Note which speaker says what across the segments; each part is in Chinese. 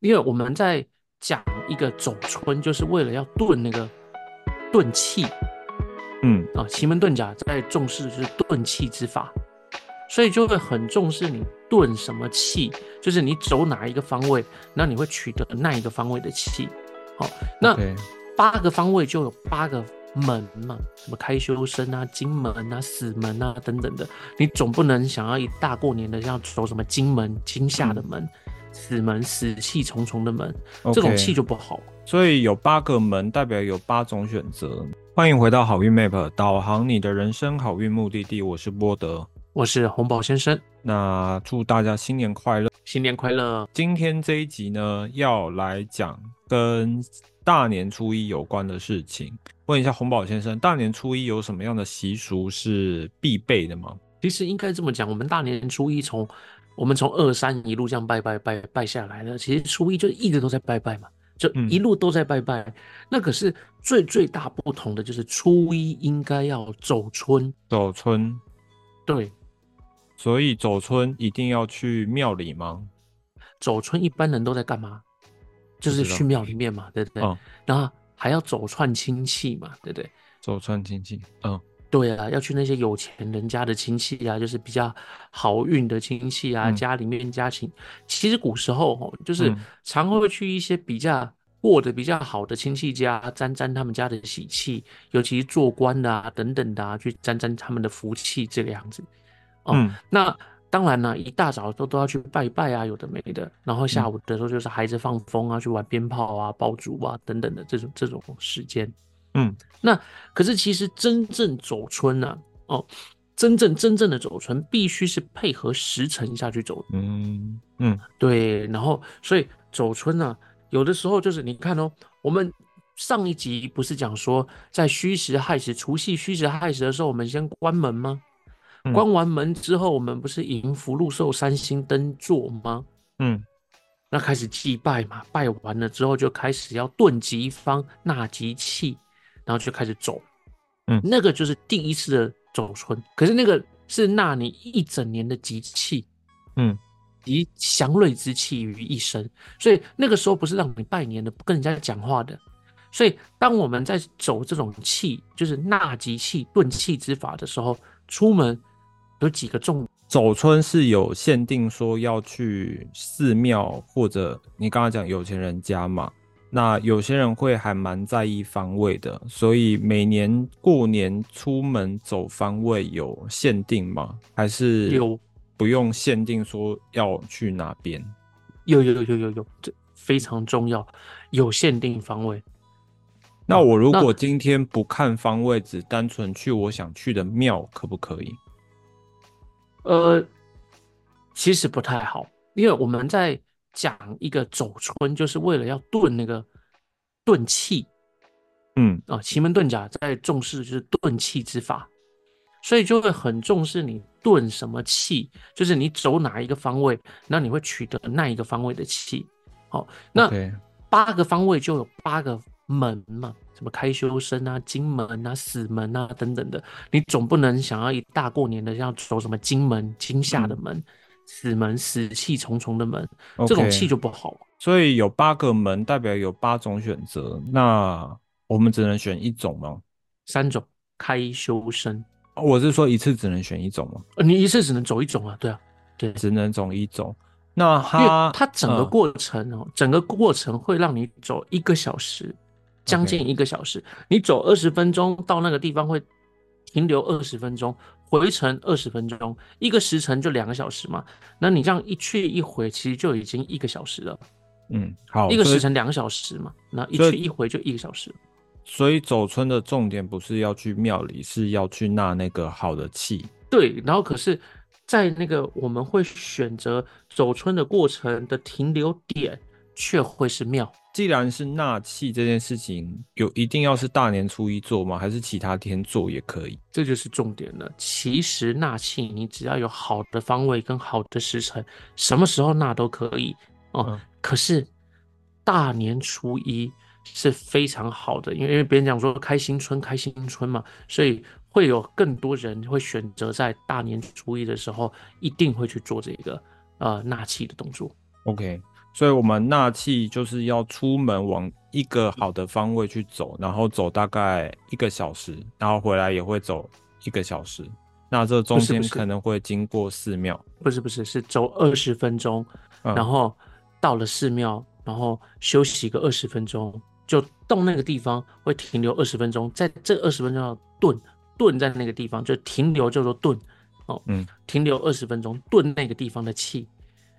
Speaker 1: 因为我们在讲一个走春，就是为了要顿那个顿气
Speaker 2: 嗯
Speaker 1: 啊，奇门遁甲在重视就是顿气之法，所以就会很重视你顿什么气，就是你走哪一个方位，那你会取得那一个方位的气。好，那
Speaker 2: OK
Speaker 1: 八个方位就有八个门嘛，什么开修身啊、金门啊、死门啊等等的，你总不能想要一大过年的要走什么金门、金下的门、死门、死气重重的门，
Speaker 2: ，OK，
Speaker 1: 这种气就不好。
Speaker 2: 所以有八个门，代表有八种选择。欢迎回到好运 Map，导航你的人生好运目的地。我是波德，
Speaker 1: 我是红宝先生，
Speaker 2: 那祝大家新年快乐！
Speaker 1: 新年快乐！
Speaker 2: 今天这一集呢，要来讲跟大年初一有关的事情。问一下红宝先生，大年初一有什么样的习俗是必备的吗？
Speaker 1: 其实应该这么讲，我们大年初一从我们从二三一路这样拜拜拜拜下来的，其实初一就一直都在拜拜嘛，就
Speaker 2: 嗯
Speaker 1: 一路都在拜拜。那可是最最大不同的就是初一应该要走春，
Speaker 2: 走村，
Speaker 1: 对，
Speaker 2: 所以走村一定要去庙里吗？
Speaker 1: 走春一般人都在干嘛？就是
Speaker 2: 不知道
Speaker 1: 去庙里面嘛，对不对？
Speaker 2: 嗯
Speaker 1: 然后还要走串亲戚嘛，对不对？
Speaker 2: 走村亲戚，嗯
Speaker 1: 对啊，要去那些有钱人家的亲戚啊，就是比较好运的亲戚啊，
Speaker 2: 嗯
Speaker 1: 家里面家亲。其实古时候哦，就是
Speaker 2: 嗯
Speaker 1: 常会去一些比较过得比较好的亲戚家，沾沾他们家的喜气，尤其是做官的啊等等的啊，去沾沾他们的福气这个样子。哦
Speaker 2: 嗯，
Speaker 1: 那当然啦，一大早都都要去拜一拜啊，有的没的。然后下午的时候就是孩子放风啊，去玩鞭炮啊、爆竹啊等等的这种这种时间。
Speaker 2: 嗯，
Speaker 1: 那可是其实真正走春呢、哦，真正真正的走春必须是配合时辰下去走。
Speaker 2: 嗯嗯
Speaker 1: 对，然后所以走春呢、有的时候就是你看哦，我们。上一集不是讲说，在虚实亥时、除夕虚实亥时的时候，我们先关门吗？
Speaker 2: 嗯
Speaker 1: 关完门之后，我们不是迎福禄寿三星灯座吗？
Speaker 2: 嗯
Speaker 1: 那开始祭拜嘛，拜完了之后就开始要顿吉方、纳吉气，然后就开始走。
Speaker 2: 嗯
Speaker 1: 那个就是第一次的走春，可是那个是纳你一整年的吉气，
Speaker 2: 嗯，
Speaker 1: 集祥瑞之气于一身。所以那个时候不是让你拜年的，不跟人家讲话的。所以当我们在走这种气，就是纳吉气、顿气之法的时候，出门有几个重
Speaker 2: 走村是有限定说要去寺庙或者你刚刚讲有钱人家嘛，那有些人会还蛮在意方位的，所以每年过年出门走方位有限定吗？还是
Speaker 1: 有嗯
Speaker 2: 不用限定说要去哪边？
Speaker 1: 有有有有有有，这非常重要，有限定方位。
Speaker 2: 那我如果
Speaker 1: 那
Speaker 2: 今天不看方位，只单纯去我想去的庙，可不可以？
Speaker 1: 呃，其实不太好，因为我们在讲一个走春，就是为了要顿那个顿气
Speaker 2: 嗯
Speaker 1: 啊、奇门遁甲在重视就是顿气之法，所以就会很重视你顿什么气，就是你走哪一个方位，那你会取得那一个方位的气。好、那
Speaker 2: OK
Speaker 1: 八个方位就有八个门嘛，什么开修身啊、金门啊、死门啊等等的，你总不能想要一大过年的要走什么金门、金下的门、死门、死气重重的门，这种
Speaker 2: OK
Speaker 1: 气就不好。
Speaker 2: 所以有八个门，代表有八种选择。那我们只能选一种吗？
Speaker 1: 三种开修身，
Speaker 2: 我是说一次只能选一种吗？
Speaker 1: 呃你一次只能走一种啊，对啊，对，
Speaker 2: 只能走一种。那
Speaker 1: 因为
Speaker 2: 它
Speaker 1: 它整个
Speaker 2: 嗯
Speaker 1: 过程哦，整个过程会让你走一个小时，将
Speaker 2: OK
Speaker 1: 近一个小时。你走二十分钟到那个地方会停留二十分钟，回程二十分钟，一个时辰就两个小时嘛。那你这样一去一回，其实就已经一个小时了，
Speaker 2: 嗯好
Speaker 1: 一个
Speaker 2: 所以
Speaker 1: 时辰两个小时嘛。那一
Speaker 2: 所以
Speaker 1: 去一回就一个小时。
Speaker 2: 所以走村的重点不是要去庙里，是要去纳那个好的气。
Speaker 1: 对，然后可是，在那个我们会选择走村的过程的停留点，却会是庙。
Speaker 2: 既然是纳气这件事情，有一定要是大年初一做吗？还是其他天做也可以？
Speaker 1: 这就是重点了。其实纳气，你只要有好的方位跟好的时辰，什么时候纳都可以哦。
Speaker 2: 嗯
Speaker 1: 可是大年初一是非常好的，因为因为别人讲说开新春，开新春嘛，所以会有更多人会选择在大年初一的时候，一定会去做这个呃纳气的动作。
Speaker 2: OK，所以我们纳气就是要出门往一个好的方位去走，然后走大概一个小时，然后回来也会走一个小时。那这中
Speaker 1: 不是
Speaker 2: 间
Speaker 1: 不是
Speaker 2: 可能会经过寺庙，
Speaker 1: 不是不是，是走二十分钟，
Speaker 2: 嗯
Speaker 1: 然后到了寺庙，然后休息个二十分钟，就到那个地方会停留二十分钟，在这二十分钟要顿顿在那个地方，就停留叫做顿哦，
Speaker 2: 嗯，
Speaker 1: 停留二十分钟顿那个地方的气，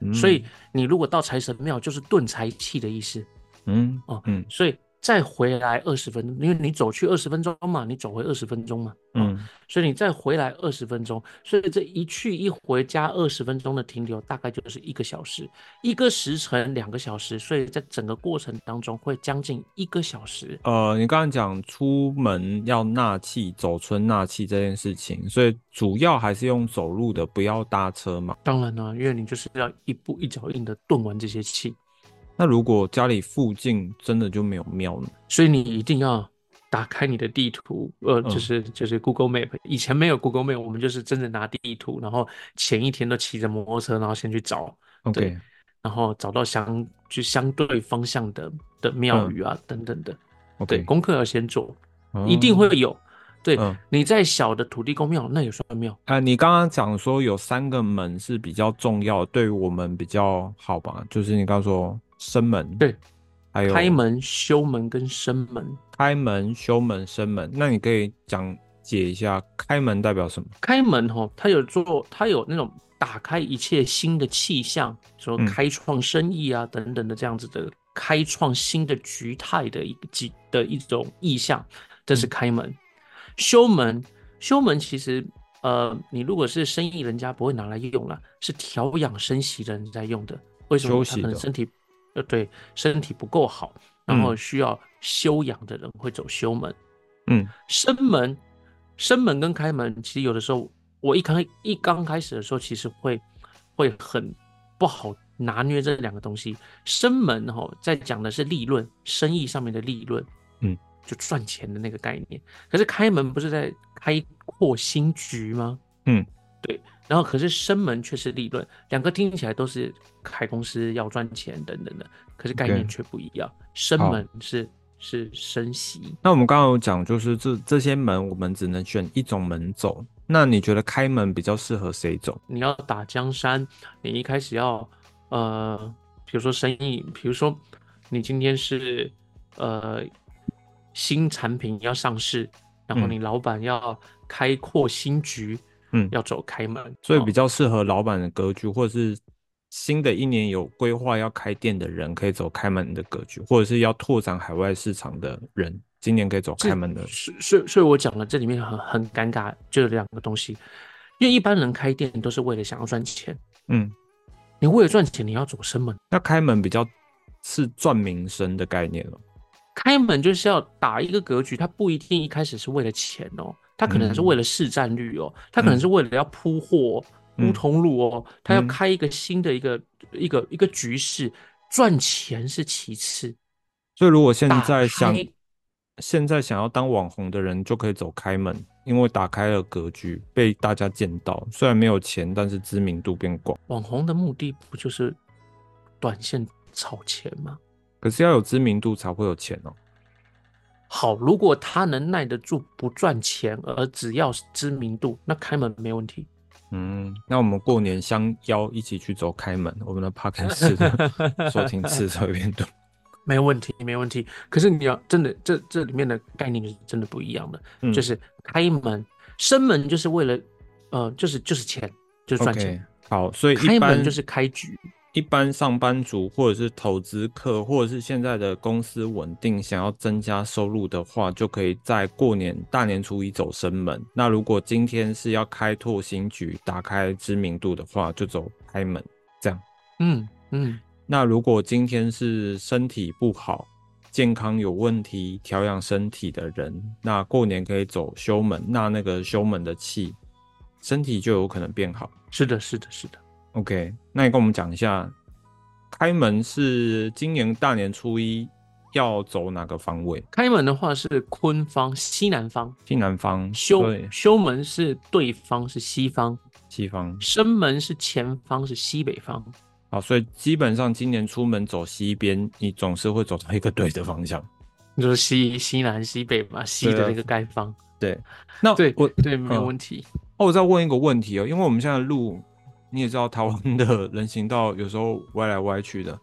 Speaker 2: 嗯
Speaker 1: 所以你如果到财神庙就是顿财气的意思，
Speaker 2: 嗯
Speaker 1: 哦
Speaker 2: 嗯
Speaker 1: 所以再回来二十分钟，因为你走去二十分钟嘛，你走回二十分钟嘛，哦
Speaker 2: 嗯
Speaker 1: 所以你再回来二十分钟，所以这一去一回加二十分钟的停留，大概就是一个小时，一个时辰两个小时，所以在整个过程当中会将近一个小时。
Speaker 2: 呃，你刚刚讲出门要纳气、走春纳气这件事情，所以主要还是用走路的，不要搭车嘛。
Speaker 1: 当然呢，因为你就是要一步一脚印的顿完这些气，
Speaker 2: 那如果家里附近真的就没有庙呢？
Speaker 1: 所以你一定要打开你的地图，呃，就是就是 Google Map。以前没有 Google Map，我们就是真的拿地图，然后前一天都骑着摩托车，然后先去找，对
Speaker 2: OK，
Speaker 1: 然后找到相就相对方向的的庙宇啊、等等的。对，
Speaker 2: OK，
Speaker 1: 功课要先做，一定会有。对，
Speaker 2: 哦嗯
Speaker 1: 你在小的土地公庙，那也算庙。
Speaker 2: 啊、你刚刚讲说有三个门是比较重要，对于我们比较好吧？就是你刚刚说生门，
Speaker 1: 对，
Speaker 2: 还有
Speaker 1: 开门、修门跟生门。
Speaker 2: 开门、修门、生门。那你可以讲解一下开门代表什么？
Speaker 1: 开门吼，它有做，它有那种打开一切新的气象，说
Speaker 2: 嗯
Speaker 1: 开创生意啊、等等的这样子的，开创新的局态的一个几的一种意象，这是开门。修门，修门其实呃，你如果是生意人家不会拿来用啦，是调养生息的人在用的。为什么？
Speaker 2: 休
Speaker 1: 他
Speaker 2: 息
Speaker 1: 可能
Speaker 2: 的
Speaker 1: 身体呃对身体不够好，然后
Speaker 2: 嗯
Speaker 1: 需要修养的人会走修门。
Speaker 2: 嗯
Speaker 1: 生门、生门跟开门，其实有的时候我一开一刚开始的时候，其实会会很不好拿捏这两个东西。生门哈、在讲的是利润，生意上面的利润，
Speaker 2: 嗯，
Speaker 1: 就赚钱的那个概念。可是开门不是在开阔新局吗？
Speaker 2: 嗯，
Speaker 1: 对。然后可是生门却是利润，两个听起来都是开公司要赚钱等等的，可是概
Speaker 2: OK
Speaker 1: 念却不一样。生
Speaker 2: 好
Speaker 1: 门是是升息，
Speaker 2: 那我们刚刚有讲，就是这这些门我们只能选一种门走。那你觉得开门比较适合谁走？
Speaker 1: 你要打江山，你一开始要呃，比如说生意，比如说你今天是呃新产品要上市，然后
Speaker 2: 嗯
Speaker 1: 你老板要开阔新局，
Speaker 2: 嗯
Speaker 1: 要走开门，
Speaker 2: 所以
Speaker 1: 哦
Speaker 2: 比较适合老板的格局，或者是新的一年有规划要开店的人，可以走开门的格局，或者是要拓展海外市场的人，今年可以走开门的。
Speaker 1: 哦所所以所以我讲了，这里面很很尴尬，就有两个东西，因为一般人开店都是为了想要赚钱，
Speaker 2: 嗯，
Speaker 1: 你为了赚钱，你要走生门。
Speaker 2: 那开门比较是赚名声的概念了。
Speaker 1: 开门就是要打一个格局，它不一定一开始是为了钱哦，它可能是为了市占率哦，它可能是为了要铺货、哦
Speaker 2: 嗯
Speaker 1: 铺通路哦，它要
Speaker 2: 嗯
Speaker 1: 开一个新的一个一个一个局势，赚钱是其次，
Speaker 2: 所以如果现
Speaker 1: 打
Speaker 2: 在想
Speaker 1: 开
Speaker 2: 现在想要当网红的人，就可以走开门，因为打开了格局，被大家见到。虽然没有钱，但是知名度变广。
Speaker 1: 网红的目的不就是短线炒钱吗？
Speaker 2: 可是要有知名度才会有钱哦。
Speaker 1: 好，如果他能耐得住不赚钱，而只要知名度，那开门没问题。
Speaker 2: 嗯，那我们过年相邀一起去走开门，我们的 podcast 次的收听次数会变多。
Speaker 1: 没问题，没问题。可是你要真的，这这里面的概念是真的不一样的，
Speaker 2: 嗯
Speaker 1: 就是开门、生门，就是为了，呃，就是就是钱，就是赚钱。
Speaker 2: OK，好，所以一
Speaker 1: 开
Speaker 2: 般
Speaker 1: 门就是开局，
Speaker 2: 一般上班族或者是投资客，或者是现在的公司稳定，想要增加收入的话，就可以在过年大年初一走生门。那如果今天是要开拓新局、打开知名度的话，就走开门。
Speaker 1: 嗯嗯，
Speaker 2: 那如果今天是身体不好、健康有问题、调养身体的人，那过年可以走修门，那那个修门的气，身体就有可能变好。
Speaker 1: 是的，是的，是的。
Speaker 2: OK，那你跟我们讲一下，开门是今年大年初一要走哪个方位？
Speaker 1: 开门的话是坤方西南方，
Speaker 2: 西南方，
Speaker 1: 修
Speaker 2: 对，
Speaker 1: 修门是对方是西方，
Speaker 2: 西方，
Speaker 1: 生门是前方是西北方，
Speaker 2: 好，所以基本上今年出门走西边，你总是会走到一个对的方向。
Speaker 1: 就是西西南西北嘛，西
Speaker 2: 对啊
Speaker 1: 的那个盖方，
Speaker 2: 对，那
Speaker 1: 对
Speaker 2: 我
Speaker 1: 对，没有
Speaker 2: 嗯
Speaker 1: 问题。
Speaker 2: 哦，我再问一个问题哦，因为我们现在路，你也知道台湾的人行道有时候歪来歪去的，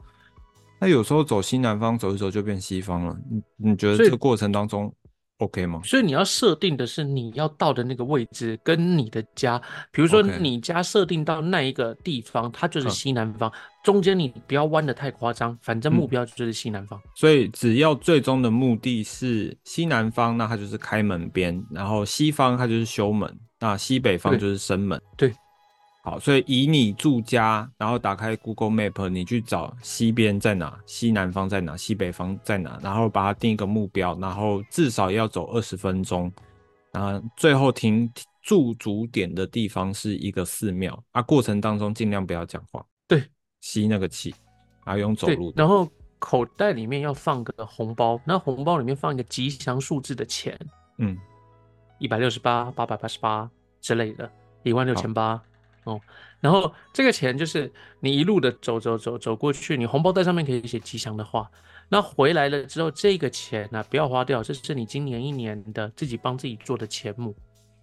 Speaker 2: 那有时候走西南方走一走就变西方了，你你觉得
Speaker 1: 所以
Speaker 2: 这个过程当中 OK 吗？
Speaker 1: 所以你要设定的是你要到的那个位置跟你的家，比如说
Speaker 2: OK
Speaker 1: 你家设定到那一个地方，它就是
Speaker 2: 嗯
Speaker 1: 西南方，中间你不要弯的太夸张，反正
Speaker 2: 嗯
Speaker 1: 目标就是西南方。
Speaker 2: 所以只要最终的目的是西南方，那它就是开门边；然后西方它就是修门，那西北方
Speaker 1: 对
Speaker 2: 就是生门。
Speaker 1: 对，
Speaker 2: 好，所以以你住家，然后打开 Google Map，你去找西边在哪，西南方在哪，西北方在哪，然后把它定一个目标，然后至少要走二十分钟，然后最后停驻足点的地方是一个寺庙。啊，过程当中尽量不要讲话，
Speaker 1: 对，
Speaker 2: 吸那个气，然后用走
Speaker 1: 对
Speaker 2: 路，的。
Speaker 1: 然后口袋里面要放个红包，那红包里面放一个吉祥数字的钱，
Speaker 2: 嗯，
Speaker 1: 一百六十八、八百八十八之类的，一万六千八哦。然后这个钱就是你一路的走走走走过去，你红包袋上面可以写吉祥的话。那回来了之后，这个钱呢、不要花掉，这是你今年一年的自己帮自己做的钱目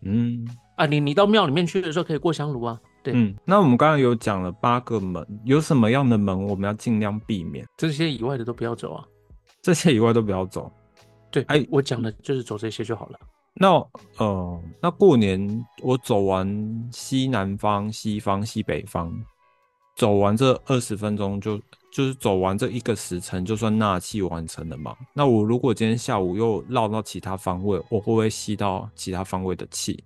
Speaker 2: 嗯。
Speaker 1: 啊。你你到庙里面去的时候可以过香炉啊，对，
Speaker 2: 嗯，那我们刚刚有讲了八个门，有什么样的门我们要尽量避免，
Speaker 1: 这些以外的都不要走啊。
Speaker 2: 这些以外都不要走。
Speaker 1: 对，
Speaker 2: 哎
Speaker 1: 我讲的就是走这些就好了。
Speaker 2: 那呃，那过年我走完西南方、西方、西北方，走完这二十分钟就就是走完这一个时辰，就算纳气完成了嘛。那我如果今天下午又绕到其他方位，我会不会吸到其他方位的 气？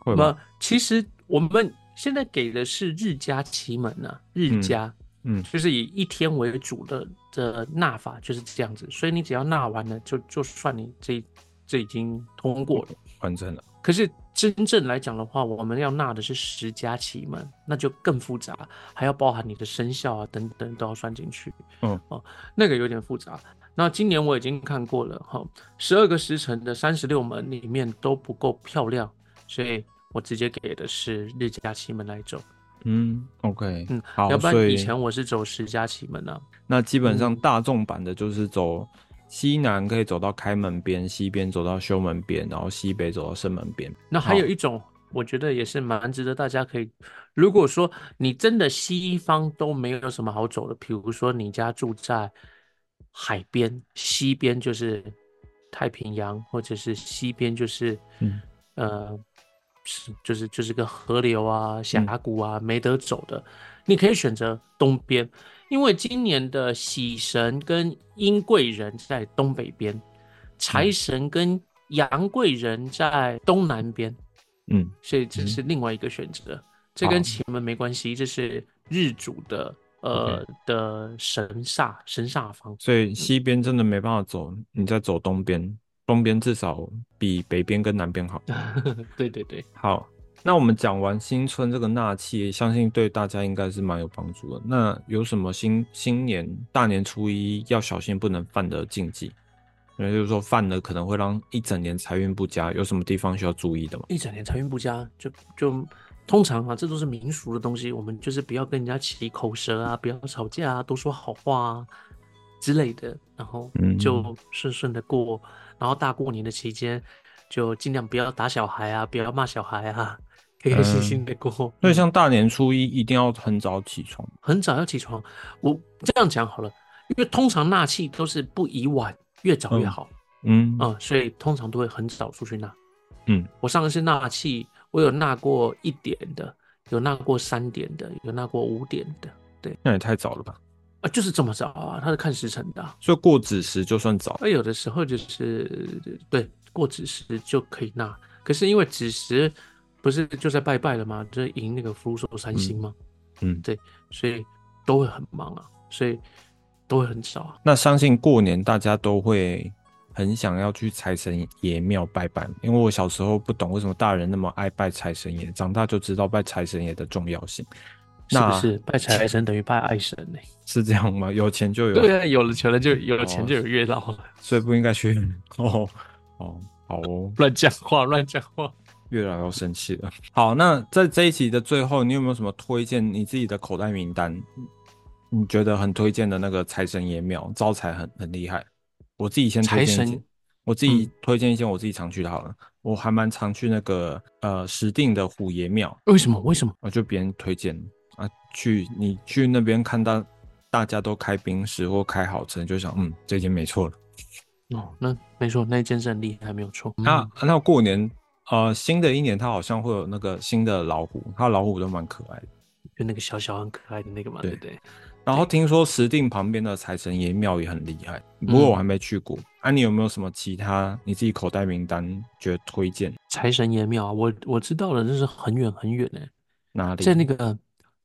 Speaker 2: 会
Speaker 1: 那
Speaker 2: 吗？
Speaker 1: 么其实我们现在给的是日加奇门啊，日
Speaker 2: 嗯
Speaker 1: 加。
Speaker 2: 嗯，
Speaker 1: 就是以一天为主的的纳法就是这样子，所以你只要纳完了，就就算你这这已经通过了。
Speaker 2: 完成了。
Speaker 1: 可是真正来讲的话，我们要纳的是十家奇门，那就更复杂，还要包含你的生肖啊等等都要算进去。
Speaker 2: 嗯
Speaker 1: 哦，那个有点复杂。那今年我已经看过了哈，十二个时辰的三十六门里面都不够漂亮，所以我直接给的是日加奇门来走。
Speaker 2: 嗯，OK，
Speaker 1: 嗯
Speaker 2: 好，
Speaker 1: 要不
Speaker 2: 所
Speaker 1: 然以
Speaker 2: 以
Speaker 1: 前我是走十家奇门啊，
Speaker 2: 那基本上
Speaker 1: 嗯
Speaker 2: 大众版的就是走西南可以走到开门边，西边走到修门边，然后西北走到生门边。
Speaker 1: 那还有一种，我觉得也是蛮值得大家可以，如果说你真的西方都没有什么好走的，比如说你家住在海边，西边就是太平洋，或者是西边就是，
Speaker 2: 嗯
Speaker 1: 呃，是就是就是个河流啊、峡谷啊，没得走的，你可以选择东边，因为今年的喜神跟阴贵人在东北边，财神跟阳贵人在东南边，
Speaker 2: 嗯，
Speaker 1: 所以这是另外一个选择。这跟奇门没关系，这是日主的呃的神煞神煞方。
Speaker 2: 所以西边真的没办法走，你再走东边，东边至少比北边跟南边好。
Speaker 1: 对对对，
Speaker 2: 好，那我们讲完新春这个纳气，相信对大家应该是蛮有帮助的。那有什么新新年大年初一要小心不能犯的禁忌？也就是说，犯了可能会让一整年财运不佳，有什么地方需要注意的吗？
Speaker 1: 一整年财运不佳，就就通常啊，这都是民俗的东西，我们就是不要跟人家起口舌啊，不要吵架啊，多说好话啊之类的，然后
Speaker 2: 嗯
Speaker 1: 就顺顺的过。然后大过年的期间，就尽量不要打小孩啊，不要骂小孩啊，开开心
Speaker 2: 嗯
Speaker 1: 心的过。
Speaker 2: 所以像大年初一一定要很早起床，
Speaker 1: 很早要起床。我这样讲好了，因为通常纳气都是不宜晚，越早越好
Speaker 2: 嗯
Speaker 1: 啊、嗯所以通常都会很早出去纳。
Speaker 2: 嗯，
Speaker 1: 我上一次纳气，我有纳过一点的，有纳过三点的，有纳过五点的
Speaker 2: 那也太早了吧？
Speaker 1: 啊，就是这么早啊，他是看时辰的啊、
Speaker 2: 所以过子时就算早，
Speaker 1: 而有的时候就是对过子时就可以纳，可是因为子时不是就在拜拜了吗？就是迎那个福禄寿三星吗？
Speaker 2: 嗯嗯
Speaker 1: 对，所以都会很忙啊，所以都会很少啊。
Speaker 2: 那相信过年大家都会很想要去财神爷庙拜拜，因为我小时候不懂为什么大人那么爱拜财神爷，长大就知道拜财神爷的重要性。
Speaker 1: 是不
Speaker 2: 那
Speaker 1: 是拜财神等于拜爱神呢、
Speaker 2: 是这样吗？有钱就有，
Speaker 1: 对啊，有了钱了就有了
Speaker 2: 哦
Speaker 1: 钱就有月老了，
Speaker 2: 所以不应该去哦哦好哦。
Speaker 1: 乱讲话乱讲话。
Speaker 2: 越来越生气了。 好，那在这一期的最后，你有没有什么推荐你自己的口袋名单？你觉得很推荐的那个财神爷庙，招财很很厉害。我自己先推
Speaker 1: 财
Speaker 2: 荐一
Speaker 1: 神嗯
Speaker 2: 间，我自己推荐一些我自己常去的好了。我还蛮常去那个呃石定的虎爷庙，
Speaker 1: 为什么？为什么？
Speaker 2: 啊，就别人推荐啊，去你去那边看到大家都开冰室或开好车，你就想嗯，这间没错了。
Speaker 1: 哦，那没错，那一件事很厉害，没有错。嗯
Speaker 2: 那那过年呃新的一年，它好像会有那个新的老虎，它老虎都蛮可爱的。
Speaker 1: 就那个小小很可爱的那个嘛，
Speaker 2: 对
Speaker 1: 对不对？
Speaker 2: 然后听说石定旁边的财神爷庙也很厉害，
Speaker 1: 嗯
Speaker 2: 不过我还没去过。啊，你有没有什么其他你自己口袋名单觉得推荐
Speaker 1: 财神爷庙啊，我我知道了，这是很远很远呢、欸
Speaker 2: 哪里？
Speaker 1: 在那个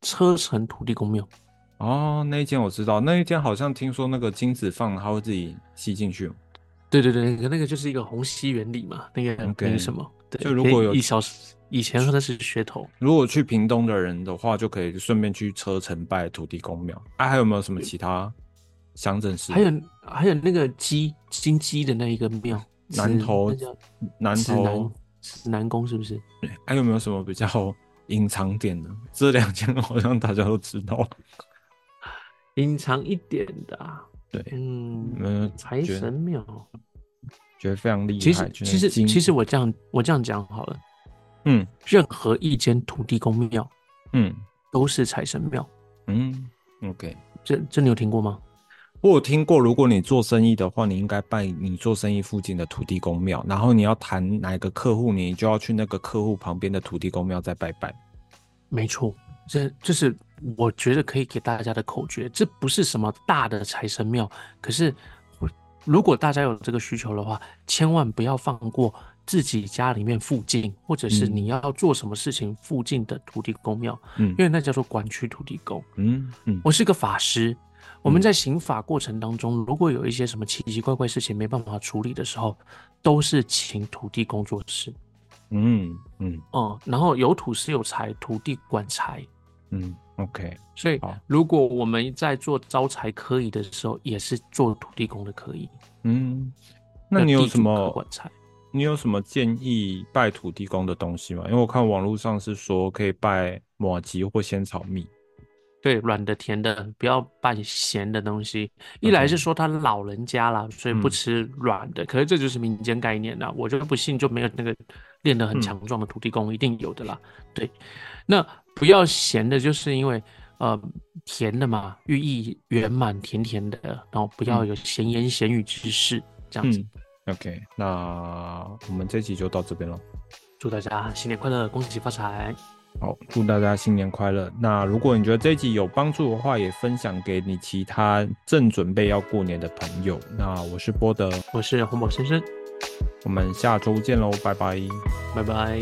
Speaker 1: 车城土地公庙。
Speaker 2: 哦，那一间我知道，那一间好像听说那个金子放了，它会自己吸进去。
Speaker 1: 对对对，那个那个就是一个虹吸原理嘛，那个
Speaker 2: OK
Speaker 1: 那个什么，对，
Speaker 2: 就如果有
Speaker 1: 一小时以前说那是噱头，
Speaker 2: 如果去屏东的人的话，就可以顺便去车城拜土地公庙。啊，还有没有什么其他乡镇市？
Speaker 1: 还有还有那个鸡金鸡的那一个庙，
Speaker 2: 南
Speaker 1: 指
Speaker 2: 投
Speaker 1: 那叫
Speaker 2: 南
Speaker 1: 指
Speaker 2: 投
Speaker 1: 南，指南宫是不是？
Speaker 2: 还有没有什么比较隐藏点的？这两间好像大家都知道。
Speaker 1: 隐藏一点的、啊，
Speaker 2: 对，
Speaker 1: 嗯，
Speaker 2: 嗯，
Speaker 1: 财
Speaker 2: 觉得
Speaker 1: 神庙。
Speaker 2: 觉得非常厉害。
Speaker 1: 其实
Speaker 2: 觉得
Speaker 1: 其实
Speaker 2: 金
Speaker 1: 其实我这样我这样讲好了，
Speaker 2: 嗯
Speaker 1: 任何一间土地公庙
Speaker 2: 嗯
Speaker 1: 都是财神庙，
Speaker 2: 嗯，OK。
Speaker 1: 这这你有听过吗？
Speaker 2: 我有听过，如果你做生意的话，你应该拜你做生意附近的土地公庙，然后你要谈哪个客户，你就要去那个客户旁边的土地公庙再拜拜。
Speaker 1: 没错，这这是我觉得可以给大家的口诀。这不是什么大的财神庙，可是我如果大家有这个需求的话，千万不要放过自己家里面附近，或者是
Speaker 2: 嗯
Speaker 1: 你要做什么事情附近的土地公庙，
Speaker 2: 嗯
Speaker 1: 因为那叫做管区土地公。
Speaker 2: 嗯嗯
Speaker 1: 我是个法师，我们在刑法过程当中，如果有一些什么奇奇怪怪事情没办法处理的时候，都是请土地公做事。
Speaker 2: 嗯嗯
Speaker 1: 嗯，然后有土是有财，土地管财。
Speaker 2: 嗯，OK。
Speaker 1: 所以
Speaker 2: 好，
Speaker 1: 如果我们在做招财科仪的时候，也是做土地公的科仪。
Speaker 2: 嗯，那你有
Speaker 1: 地主可
Speaker 2: 什么
Speaker 1: 管财？
Speaker 2: 你有什么建议拜土地公的东西吗？因为我看网络上是说可以拜马吉或仙草蜜。
Speaker 1: 对，软的、甜的，不要拌咸的东西。一来
Speaker 2: OK
Speaker 1: 是说他老人家啦，所以不
Speaker 2: 嗯
Speaker 1: 吃软的。可是这就是民间概念啦，我就不信就没有那个练得很
Speaker 2: 嗯
Speaker 1: 强壮的土地公，一定有的啦。对，那不要咸的，就是因为呃甜的嘛，寓意圆满、甜甜的，然后不要
Speaker 2: 嗯
Speaker 1: 有闲言闲语之事，这样子。
Speaker 2: 嗯，OK，那我们这期就到这边了。
Speaker 1: 祝大家新年快乐，恭喜发财！
Speaker 2: 好，祝大家新年快乐。那如果你觉得这一集有帮助的话，也分享给你其他正准备要过年的朋友。那我是波德，
Speaker 1: 我是洪宝先生，
Speaker 2: 我们下周见喽，拜拜。
Speaker 1: 拜拜。